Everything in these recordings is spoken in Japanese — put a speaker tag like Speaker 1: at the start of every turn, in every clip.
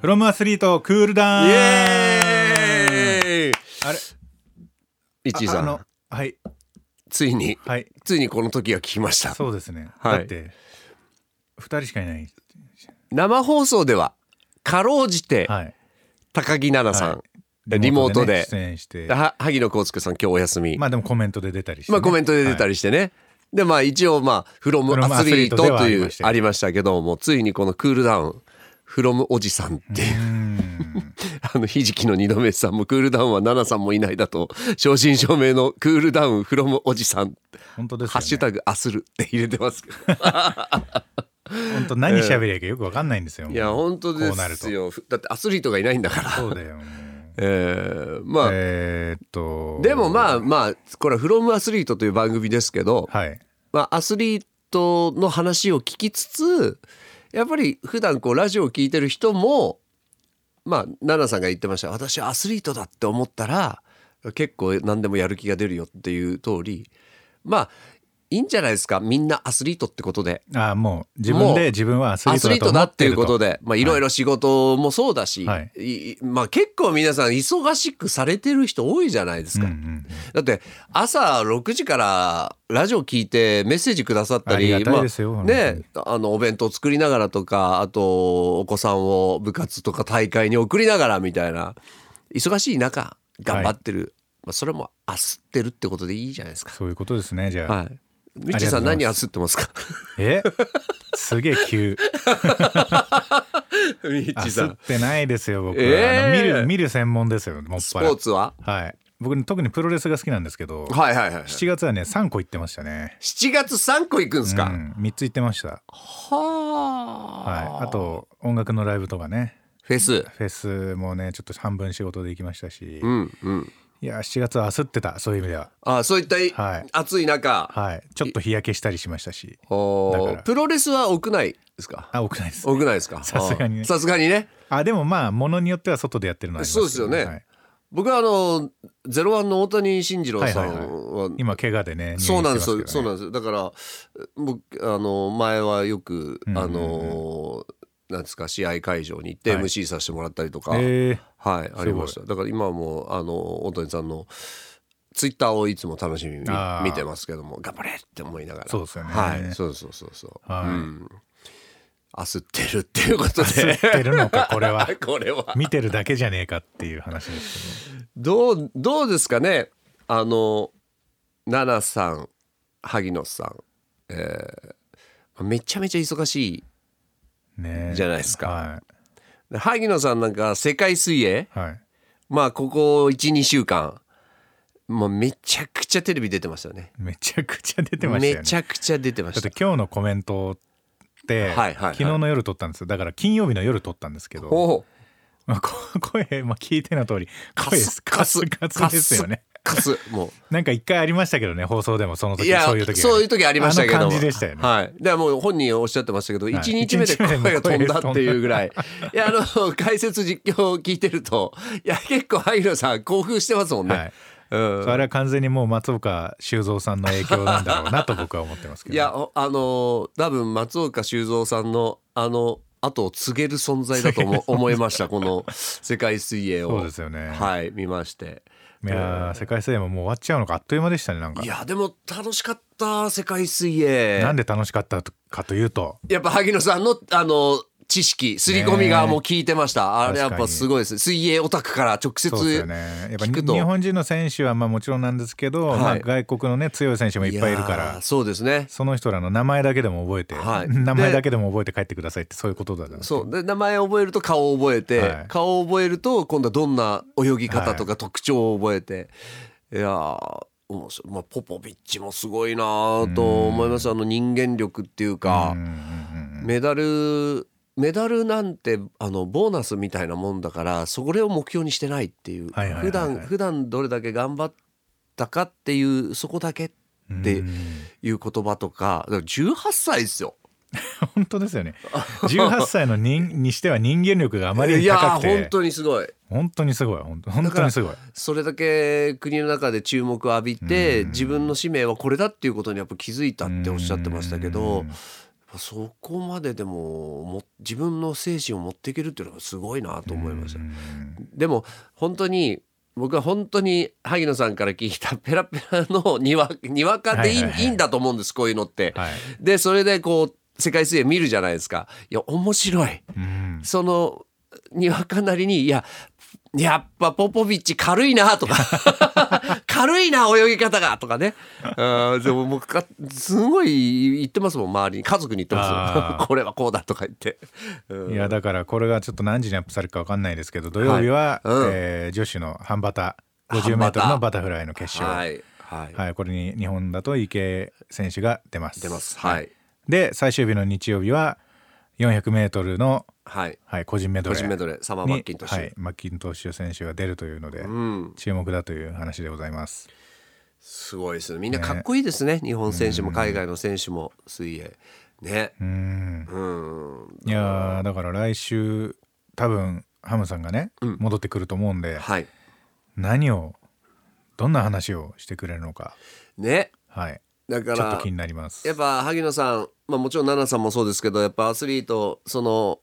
Speaker 1: フロムアスリートクールダウン
Speaker 2: イエーイ
Speaker 1: あれ
Speaker 2: いちい
Speaker 1: あ
Speaker 2: さ
Speaker 1: あの
Speaker 2: ん
Speaker 1: はい
Speaker 2: ついに
Speaker 1: はい
Speaker 2: ついにこの時が来ました
Speaker 1: そうですね、
Speaker 2: はい
Speaker 1: だって2人しかいない
Speaker 2: 生放送ではかろうじて
Speaker 1: はい
Speaker 2: 高木奈々さ
Speaker 1: は
Speaker 2: ん、
Speaker 1: い
Speaker 2: リモートで
Speaker 1: ね出演して
Speaker 2: は萩野公介さん今日お休み、ま
Speaker 1: まあでもコメントで出たりして
Speaker 2: あ
Speaker 1: ね、
Speaker 2: コメントで出た
Speaker 1: り
Speaker 2: りしてね、でまあ一応まあ「フロム
Speaker 1: from
Speaker 2: アスリート」
Speaker 1: アスリートでは
Speaker 2: とい
Speaker 1: ありま
Speaker 2: う
Speaker 1: したけど
Speaker 2: ありましたけどもついにこのクールダウン「フロムおじさん」っていう、 あのひじきの二度目さんもクールダウンは奈々さんもいないだと正真正銘の「クールダウンフロムおじさん」
Speaker 1: 本当ですよ、ね、
Speaker 2: ハッシュタグアスルって入れてますけ ど
Speaker 1: 本当何喋りゃいいかよくわかんないんですよ、
Speaker 2: いや本当
Speaker 1: こうな
Speaker 2: で
Speaker 1: る
Speaker 2: す
Speaker 1: と
Speaker 2: よだってアスリートがいないん だから
Speaker 1: そうだよもう
Speaker 2: えーまあ、
Speaker 1: えー、っと
Speaker 2: でもまあまあこれは「フロムアスリート」という番組ですけど、
Speaker 1: はい
Speaker 2: まあ、アスリートの話を聞きつつやっぱり普段こうラジオを聞いてる人もまあ奈々さんが言ってました私アスリートだって思ったら結構何でもやる気が出るよっていう通りまあいいんじゃないですかみんなアスリートってことで
Speaker 1: あーもう自分
Speaker 2: もう
Speaker 1: で自分はアスリ
Speaker 2: ア
Speaker 1: ー
Speaker 2: ス
Speaker 1: ト
Speaker 2: リー
Speaker 1: だと
Speaker 2: ト
Speaker 1: 思
Speaker 2: だっ
Speaker 1: ってて
Speaker 2: い
Speaker 1: る
Speaker 2: うことでまあいろいろ仕事もそうだし、
Speaker 1: はいい
Speaker 2: まあ、結構皆さん忙しくされてる人多いじゃないですか。
Speaker 1: うんうん
Speaker 2: だって朝6時からラジオ聞いてメッセージくださったり
Speaker 1: ありがたいですよ
Speaker 2: まあ
Speaker 1: 本当に
Speaker 2: ね、あのお弁当作りながらとかあとお子さんを部活とか大会に送りながらみたいな忙しい中頑張ってる、まあ、それもあすってるってことでいいじゃないですか。
Speaker 1: そういうことですねじゃあ、
Speaker 2: はい、ミッチーさん
Speaker 1: あり
Speaker 2: 何
Speaker 1: が
Speaker 2: あすってますか
Speaker 1: えすげえ急
Speaker 2: ミッチーさ
Speaker 1: 焦っ
Speaker 2: ん。
Speaker 1: てないですよ僕は、
Speaker 2: えー
Speaker 1: あの見る見る専門ですよもっ
Speaker 2: スポ
Speaker 1: ぱら
Speaker 2: ーツは
Speaker 1: はい僕ね特にプロレスが好きなんですけど
Speaker 2: はいはいはい。
Speaker 1: 7月はね3個行ってましたね
Speaker 2: 7月3個行くんです
Speaker 1: う
Speaker 2: か、
Speaker 1: ん、3つ行ってました
Speaker 2: はあ、
Speaker 1: はいあと音楽のライブとかね
Speaker 2: フェス。
Speaker 1: フェスもねちょっと半分仕事で行きましたし、
Speaker 2: うんうん。
Speaker 1: いや7月は焦ってたそういう意味では
Speaker 2: あそういったい
Speaker 1: はい
Speaker 2: 暑い中、
Speaker 1: はいちょっと日焼けしたりしましたし
Speaker 2: おー
Speaker 1: だから
Speaker 2: プロレスは屋内ですか
Speaker 1: あ多くないです
Speaker 2: 屋内ですか
Speaker 1: さすがにね
Speaker 2: あーさすがにね
Speaker 1: あでもまあものによっては外でやってるのはありますけど
Speaker 2: そうですよね
Speaker 1: はい
Speaker 2: 僕はあの「ゼロワンの大谷慎二郎さんは,、
Speaker 1: はいはい今怪我でね
Speaker 2: そうなんですよ、そうなんんですよだから僕あの前はよく、
Speaker 1: うんうんうん
Speaker 2: あのなんですか試合会場に行って MC させてもらったりとか、はい
Speaker 1: え
Speaker 2: ありましただから今はもうあの大谷さんのツイッターをいつも楽しみに
Speaker 1: あー
Speaker 2: 見てますけども頑張れって思いながら
Speaker 1: そうですよね
Speaker 2: はいそうそうそうそう、
Speaker 1: はい
Speaker 2: うん焦ってるっていうことで
Speaker 1: ー、焦ってるのかこれは
Speaker 2: これは
Speaker 1: 見てるだけじゃねえかっていう話です
Speaker 2: どうどうですかねあの奈々さん萩野さん、えーめちゃめちゃ忙し
Speaker 1: けどね
Speaker 2: じゃないですか
Speaker 1: はい
Speaker 2: 萩野さんなんか世界水泳
Speaker 1: い、はい、
Speaker 2: まあここ12週間もうめちゃくちゃテレビ出てましたよね
Speaker 1: めちゃくちゃ出てましたよね
Speaker 2: めちゃくちゃ出てま
Speaker 1: だ
Speaker 2: し
Speaker 1: って
Speaker 2: た
Speaker 1: 今日のコメントって、
Speaker 2: はいはいはい
Speaker 1: 昨日の夜撮ったんですよだから金曜日の夜撮ったんですけど、
Speaker 2: おお
Speaker 1: まあ、こ 声、まあ、聞いての通り声カスカスですよね
Speaker 2: カスも
Speaker 1: なんか一回ありましたけどね放送でもその
Speaker 2: う
Speaker 1: 時
Speaker 2: いや
Speaker 1: そ
Speaker 2: そうう
Speaker 1: い
Speaker 2: いうう
Speaker 1: 時
Speaker 2: 時,、
Speaker 1: が
Speaker 2: ありましたけども
Speaker 1: あの感じでしたよね
Speaker 2: はいでもう本人おっしゃってましたけど、
Speaker 1: い
Speaker 2: 1日目で声が飛んだっていうぐらいいやあの解説実況を聞いてるといや結構萩野さん興奮してますもんね、
Speaker 1: はい
Speaker 2: うん
Speaker 1: あれは完全にもう松岡修造さんの影響なんだろうなと僕は思ってますけど
Speaker 2: いやおあのー多分松岡修造さんのあの後を告げる存在だと思思いましたこの世界水泳を
Speaker 1: そうですよね
Speaker 2: はい見まして
Speaker 1: いやー世界水泳ももう終わっちゃうのかあっという間でしたねなんか
Speaker 2: いやでも楽しかった世界水泳
Speaker 1: なんで楽しかったかというと
Speaker 2: やっぱ萩野さんのあの知識刷り込みが
Speaker 1: ねえ
Speaker 2: もう聞いてました、あれやっ
Speaker 1: 確か
Speaker 2: ぱ
Speaker 1: に
Speaker 2: すごいです水泳オタクから直接
Speaker 1: そうですよねやっぱ
Speaker 2: 聞くと
Speaker 1: 日本人の選手はまあもちろんなんですけど、
Speaker 2: はい
Speaker 1: まあ、外国のね強い選手もいっぱいいるか
Speaker 2: やー
Speaker 1: ら
Speaker 2: そうですね
Speaker 1: その人らの名前だけでも覚えて、
Speaker 2: はい
Speaker 1: 名前だけでも覚えて帰ってくださいってそういうことだな
Speaker 2: そうで名前を覚えると顔を覚えて、
Speaker 1: はい
Speaker 2: 顔を覚えると今度はどんな泳ぎ方とか特徴を覚えて、い、やー面白いまあ、ポポビッチもすごいなーと思いますあの人間力っていうか
Speaker 1: うんうんうん
Speaker 2: メダルメダルなんてあのボーナスみたいなもんだからそれを目標にしてないっていう、
Speaker 1: はいはいはいはい
Speaker 2: 普段普段どれだけ頑張ったかっていうそこだけっていう言葉とかだから18歳ですよ。
Speaker 1: 本当ですよ ね18歳の人にしては人間力があまり
Speaker 2: い
Speaker 1: に
Speaker 2: や
Speaker 1: 高
Speaker 2: ー
Speaker 1: くて
Speaker 2: 本当にすごい
Speaker 1: 本当にすごい本当本
Speaker 2: だか
Speaker 1: 当
Speaker 2: ら
Speaker 1: にすごい
Speaker 2: それだけ国の中で注目を浴びて自分の使命はこれだっていうことにやっぱ気づいたっておっしゃってましたけどやっそこまででもも自分の精神を持っていけるっていうのがすごいなと思いました
Speaker 1: うん
Speaker 2: でも本当に僕は本当に萩野さんから聞いたペラペラのにわ にわかでい
Speaker 1: はい
Speaker 2: い,、
Speaker 1: いはいはい
Speaker 2: いんだと思うんですこういうのって。
Speaker 1: はい。
Speaker 2: でそれでこう世界水泳見るじゃないですか。いや面白い
Speaker 1: うん。
Speaker 2: そのにわかなりにいややっぱポポビッチ軽いなとか 軽いな泳ぎ方がとかねあーでももうかすごい言ってますもん周りに家族に言ってます
Speaker 1: あ
Speaker 2: もん
Speaker 1: ー
Speaker 2: これはこうだとか言って、うん
Speaker 1: いやだからこれがちょっと何時にアップされるかわかんないですけど土曜日は、
Speaker 2: はいうん
Speaker 1: えー女子の半バタ
Speaker 2: 半バタ
Speaker 1: 50m のバタフライの決勝、は
Speaker 2: はいいはい、
Speaker 1: これに日本だと池江選手が出ます
Speaker 2: 出ますはい
Speaker 1: で最終日の日曜日は 400m の、
Speaker 2: はい
Speaker 1: はい、個人メド
Speaker 2: 個
Speaker 1: レー
Speaker 2: 人メドレーサマーマッキントッシュ、
Speaker 1: はい、マッキントッシュ選手が出るというので、
Speaker 2: うん
Speaker 1: 注目だという話でございます
Speaker 2: すごいですねみんなかっこいいですね日本選手も海外の選手も水泳ね
Speaker 1: うん
Speaker 2: うん
Speaker 1: いやーだから来週多分ハムさんがね、
Speaker 2: ん
Speaker 1: 戻ってくると思うんで
Speaker 2: はい
Speaker 1: 何をどんな話をしてくれるのか
Speaker 2: ね
Speaker 1: はい
Speaker 2: だか
Speaker 1: ちょっと
Speaker 2: ら
Speaker 1: 気になります
Speaker 2: やっぱ萩野さん、まあ、もちろん奈々さんもそうですけどやっぱアスリートその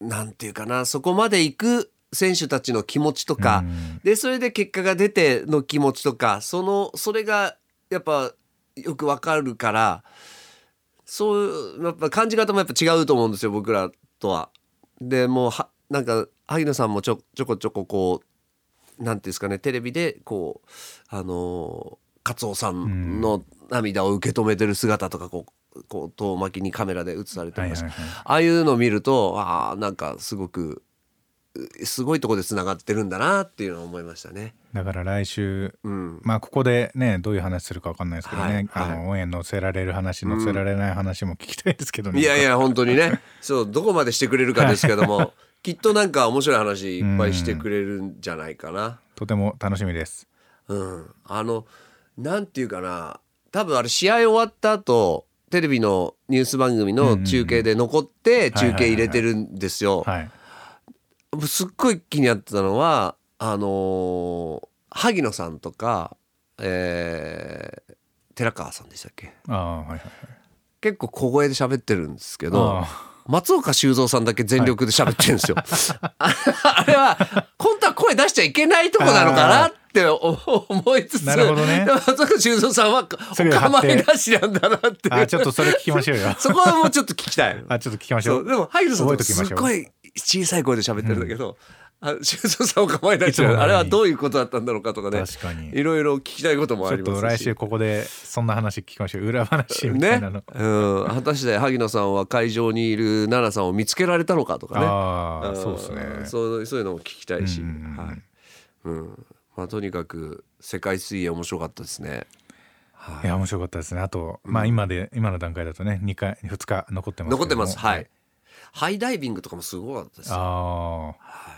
Speaker 2: なんていうかなそこまで行く選手たちの気持ちとか、
Speaker 1: うん
Speaker 2: でそれで結果が出ての気持ちとかそのそれがやっぱよくわかるからそういうやっぱ感じ方もやっぱ違うと思うんですよ僕らとは。でもうはなんか萩野さんもちょちょこちょここうなんていうんですかねテレビでこうあのーカツオさんの涙を受け止めてる姿とかこうこう遠巻きにカメラで映されてました、
Speaker 1: はいはいはい
Speaker 2: ああいうのを見るとああなんかすごくうすごいとこでつながってるんだなっていうのは思いましたね。
Speaker 1: だから来週
Speaker 2: うん、
Speaker 1: まあここでねどういう話するかわかんないですけどね、
Speaker 2: はいはい
Speaker 1: あのオンエア載せられる話載せられない話も聞きたいですけどね、
Speaker 2: いやい
Speaker 1: や
Speaker 2: や本当に ねそうどこまでしてくれるかですけどもきっとなんか面白い話いっぱいしてくれるんじゃないかな。
Speaker 1: とても楽しみです
Speaker 2: うん、あのなんていうかな多分あれ試合終わった後テレビのニュース番組の中継で残って
Speaker 1: はいはい
Speaker 2: 中継入れてるんですよ。
Speaker 1: はい
Speaker 2: すっごい気になってたのはあのー萩野さんとか、えー寺川さんでしたっけ
Speaker 1: ああはいはいはい
Speaker 2: 結構小声で喋ってるんですけど
Speaker 1: あ
Speaker 2: 松岡修造さんだけ全力で喋ってるんですよ。 ああれは本当は声出しちゃいけないとこなのかなって思思いつつ
Speaker 1: なるほどね
Speaker 2: でも松岡修造さんはお
Speaker 1: それを張っ
Speaker 2: 構
Speaker 1: て
Speaker 2: いなしなんだなって
Speaker 1: あ
Speaker 2: い
Speaker 1: あ
Speaker 2: う
Speaker 1: ちょっとそれ聞きましょうよ
Speaker 2: そこはもうちょっと聞きたい。
Speaker 1: あちょっと聞きまし
Speaker 2: そ
Speaker 1: ょ
Speaker 2: う
Speaker 1: う
Speaker 2: でも萩野さんと
Speaker 1: 覚えと
Speaker 2: か
Speaker 1: きますし
Speaker 2: っ
Speaker 1: ょう
Speaker 2: ごい小さい声で喋ってるんだけど、あ修造さんお構いないし
Speaker 1: いつものように
Speaker 2: あれはどういうことだったんだろうかとかね
Speaker 1: 確かに
Speaker 2: いろいろ聞きたいこともあ
Speaker 1: ちょっ
Speaker 2: りま
Speaker 1: と
Speaker 2: す
Speaker 1: 来
Speaker 2: し
Speaker 1: 週ここでそんな話聞きましょう裏話みたい
Speaker 2: ね
Speaker 1: なの、
Speaker 2: うん、果たして萩野さんは会場にいる奈々さんを見つけられたのかとかね
Speaker 1: ああ
Speaker 2: ん
Speaker 1: そうですね
Speaker 2: そうそういうのも聞きたいし、
Speaker 1: うんうんうん
Speaker 2: はいうんまあ、とにかく世界水泳面白かったですね。
Speaker 1: いや面白かったですねあと、まあ今で今の段階だとね2回2日残ってますけども
Speaker 2: 残ってます、はい、ハイダイビングとかもすごかったです
Speaker 1: ああ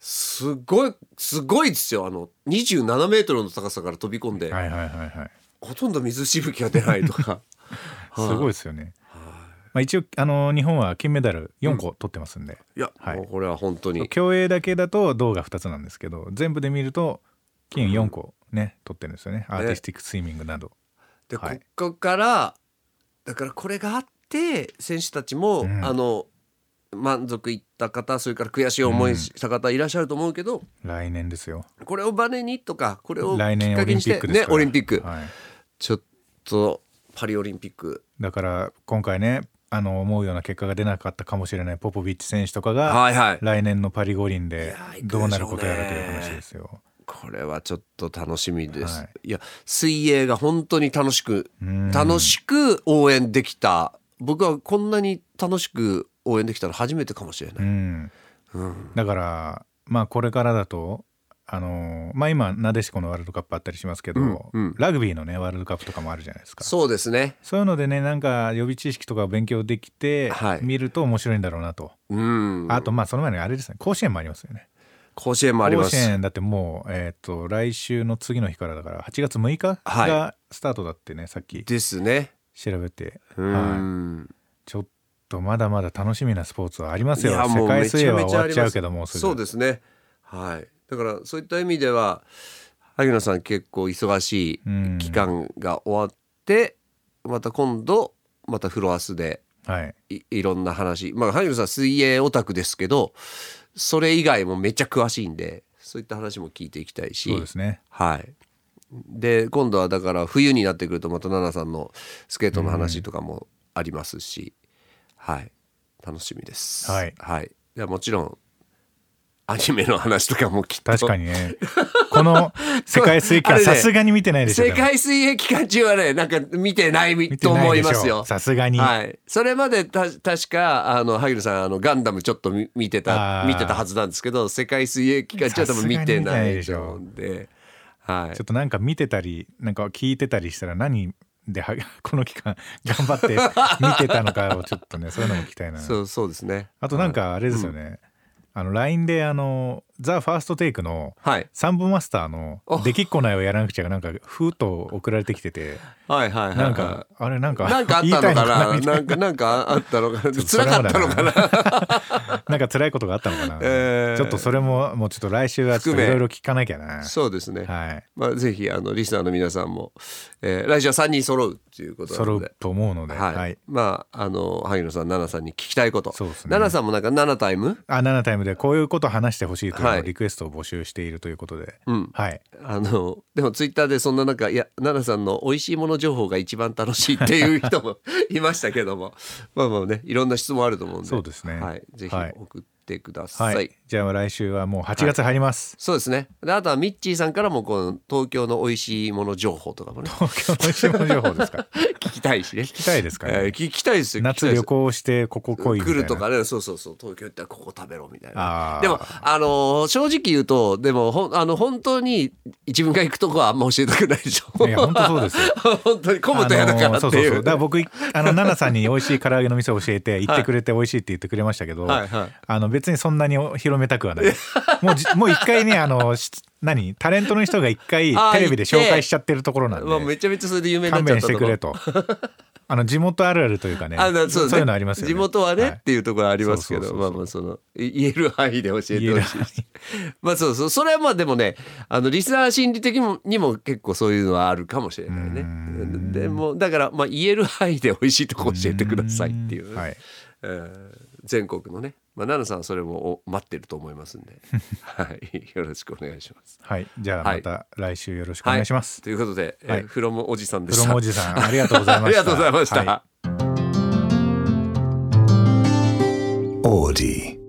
Speaker 2: すごいすごいですよあの27メートルの高さから飛び込んで、
Speaker 1: はいはいはいはい
Speaker 2: ほとんど水しぶきが出ない とか
Speaker 1: すごいですよね。まあ、一応あの日本は金メダル4個取ってますんで、
Speaker 2: いや、
Speaker 1: はい
Speaker 2: もうこれは本当に
Speaker 1: 競泳だけだと銅が2つなんですけど全部で見ると金4個ね、取ってるんですよねアーティスティックスイミングなど、
Speaker 2: で、
Speaker 1: はい
Speaker 2: ここからだからこれがあって選手たちも、
Speaker 1: ん
Speaker 2: あの満足いった方それから悔しい思いした方いらっしゃると思うけど、
Speaker 1: 来年ですよ
Speaker 2: これをバネにとかこれをき
Speaker 1: 来
Speaker 2: っ
Speaker 1: 年オ
Speaker 2: かけ
Speaker 1: リン
Speaker 2: にし
Speaker 1: ピ
Speaker 2: て
Speaker 1: ックです
Speaker 2: ね
Speaker 1: から
Speaker 2: オリンピック、
Speaker 1: はい、
Speaker 2: ちょっとパリオリンピック
Speaker 1: だから今回ねあの思うような結果が出なかったかもしれないポポビッチ選手とかが、
Speaker 2: はいはい
Speaker 1: 来年のパリ五輪で
Speaker 2: やー行くでしょうね
Speaker 1: どうなることやらという話ですよ。
Speaker 2: これはちょっと楽しみです、、
Speaker 1: はい
Speaker 2: や水泳が本当に楽しく
Speaker 1: うん
Speaker 2: 楽しく応援できた僕はこんなに楽しく応援できたの初めてかもしれな
Speaker 1: う
Speaker 2: い、
Speaker 1: ん
Speaker 2: うん
Speaker 1: だからまあこれからだとあのーまあ今なでしこのワールドカップあったりしますけど、
Speaker 2: うんうん
Speaker 1: ラグビーのねワールドカップとかもあるじゃないですか
Speaker 2: そうですね
Speaker 1: そういうのでねなんか予備知識とかを勉強できて、
Speaker 2: はい
Speaker 1: 見ると面白いんだろうなと、
Speaker 2: うん
Speaker 1: あとまあその前にあれですね甲子園もありますよね
Speaker 2: 甲子園もあり
Speaker 1: 甲
Speaker 2: ま
Speaker 1: 子
Speaker 2: す
Speaker 1: 園だってもう、えー、と来週の次の日からだから8月6日
Speaker 2: はい
Speaker 1: がスタートだってねさっき
Speaker 2: ですね
Speaker 1: 調べて、
Speaker 2: う
Speaker 1: はい
Speaker 2: ん、
Speaker 1: ちょっとまだまだ楽しみなスポーツはありますよ
Speaker 2: も
Speaker 1: 世
Speaker 2: う
Speaker 1: 界水泳は
Speaker 2: めち
Speaker 1: 終
Speaker 2: ゃ
Speaker 1: わ
Speaker 2: め
Speaker 1: っ
Speaker 2: り
Speaker 1: ちゃ
Speaker 2: ま
Speaker 1: う
Speaker 2: す
Speaker 1: けどもうすぐ
Speaker 2: そうですねはいだからそういった意味では萩野さん結構忙しい
Speaker 1: うん
Speaker 2: 期間が終わってまた今度またフロアスで
Speaker 1: はい
Speaker 2: いいろんな話まあ羽生さん水泳オタクですけどそれ以外もめっちゃ詳しいんでそういった話も聞いていきたいし
Speaker 1: そうですね
Speaker 2: はいで今度はだから冬になってくるとまた奈々さんのスケートの話とかもありますし、はい楽しみです
Speaker 1: はい
Speaker 2: はい、いやもちろんアニメの話とかもきっと
Speaker 1: 確かにねこの世界水泳
Speaker 2: あれね
Speaker 1: さすがに見てないでしょ
Speaker 2: 世
Speaker 1: でも
Speaker 2: 界水泳期間中はねなんか見てないみ
Speaker 1: 見て
Speaker 2: と
Speaker 1: ない
Speaker 2: 思い
Speaker 1: でしょ
Speaker 2: ますよ
Speaker 1: さすがに
Speaker 2: はい、それまでた確かあの萩野さんあのガンダムちょっと見見てた
Speaker 1: あー
Speaker 2: 見てたはずなんですけど世界水泳期間中は多分見てないと思
Speaker 1: さすがに見てないでしょ
Speaker 2: うんで、はい
Speaker 1: ちょっとなんか見てたりなんか聞いてたりしたら何では この期間頑張 って見てたのかをちょっとねそういうのも聞きたいな
Speaker 2: そうそうですね
Speaker 1: あとなんかあれですよね、あの LINE であの「ザ・ファーストテイクの
Speaker 2: はい
Speaker 1: 「サンボマスターの
Speaker 2: あ
Speaker 1: 「できっこないをやらなくちゃ」がなんかふーっと送られてきてて
Speaker 2: はいはいはい
Speaker 1: なんかあれなんか
Speaker 2: なんかあっ
Speaker 1: 言い
Speaker 2: た
Speaker 1: たい
Speaker 2: の
Speaker 1: の
Speaker 2: か
Speaker 1: かな
Speaker 2: な
Speaker 1: みたい
Speaker 2: なんかなんかあったのかな
Speaker 1: それ
Speaker 2: 辛かったのか な
Speaker 1: ななんか辛いことがあったのかな、
Speaker 2: えー
Speaker 1: ちょっとそれももうちょっと来週はちょっといろいろ聞かなきゃな
Speaker 2: そうですね、
Speaker 1: はい
Speaker 2: まあ、ぜひあのリスナーの皆さんも、えー、来週は3人揃うということな
Speaker 1: 揃
Speaker 2: ので
Speaker 1: うと思うので、
Speaker 2: はい、
Speaker 1: はい、
Speaker 2: まああの萩野さん奈々さんに聞きたいこと
Speaker 1: そうですね
Speaker 2: 奈々さんもなんか奈々タイム
Speaker 1: あ7タイムでこういうことを話してほしいと
Speaker 2: はいいう
Speaker 1: リクエストを募集しているということで、
Speaker 2: うん
Speaker 1: はい
Speaker 2: あのでもツイッターでそんな中いや奈々さんの美味しいもの情報が一番楽しいっていう人も いましたけどもまあまあねいろんな質問あると思うんで
Speaker 1: そうですね
Speaker 2: はい、ぜひ
Speaker 1: はい
Speaker 2: 送ってくださ、
Speaker 1: はいい、じゃあ来週はもう8月入ります、
Speaker 2: そうですねであとはミッチーさんからもこの東京の美味しいもの情報とかもね
Speaker 1: 東京の新聞情報ですか
Speaker 2: 聞きたいしね
Speaker 1: 聞きたいですかね
Speaker 2: えー聞きたい ですよ聞き
Speaker 1: 夏
Speaker 2: たいです
Speaker 1: 旅行してここ来いみたい
Speaker 2: 来
Speaker 1: な
Speaker 2: るとかねそうそうそう東京行ったらここ食べろみたいな
Speaker 1: あー
Speaker 2: でもあのー正直言うとでもほんあの本当に自分が行くとこはあんま教えたくないでしょ
Speaker 1: いや本当そうですよ
Speaker 2: 本当に混むと嫌だか
Speaker 1: あ
Speaker 2: ら
Speaker 1: の
Speaker 2: って
Speaker 1: そうそう
Speaker 2: い
Speaker 1: そう
Speaker 2: う
Speaker 1: だから僕あの奈々さんに美味しい唐揚げの店を教えて行ってくれて美味しいって言ってくれましたけど、
Speaker 2: はいはい
Speaker 1: あの別にそんなに広めたくはないもうじもう一回ねあのし何タレントの人が一回
Speaker 2: あー
Speaker 1: テレビで
Speaker 2: 行って
Speaker 1: 紹介しちゃってるところなん
Speaker 2: まあ、め
Speaker 1: で
Speaker 2: ちゃめちゃそれで有名になっ
Speaker 1: 勘
Speaker 2: ちゃ
Speaker 1: 弁
Speaker 2: った
Speaker 1: して
Speaker 2: とこ
Speaker 1: くれ とあの地元あるあるというかね
Speaker 2: あな
Speaker 1: そう
Speaker 2: ね
Speaker 1: いうのありますよね
Speaker 2: 地元はね、
Speaker 1: い
Speaker 2: っていうところありますけど
Speaker 1: そうそう
Speaker 2: ま
Speaker 1: そ
Speaker 2: あ
Speaker 1: うそう
Speaker 2: まあそのい言える範囲で教えて
Speaker 1: 言え
Speaker 2: ほ
Speaker 1: る
Speaker 2: しい
Speaker 1: 範
Speaker 2: し まあそうそうそれはまあでもねあのリスナー心理的にもにも結構そういうのはあるかもしれないねでもだからまあ言える範囲で美味しいとこ教えてくださいっていうね、
Speaker 1: はい
Speaker 2: えー全国のね、まあ、奈々さんはそれもお待ってると思いますん で、はい、よろしくお願いします。
Speaker 1: はいじゃあ
Speaker 2: はい
Speaker 1: また来週よろしくお願いします、
Speaker 2: ということで、えー
Speaker 1: はい
Speaker 2: フロムおじさんで
Speaker 1: プ
Speaker 2: した。
Speaker 1: ロモおじさんありがとうございました
Speaker 2: ありがとうございました。
Speaker 1: は
Speaker 3: Audi.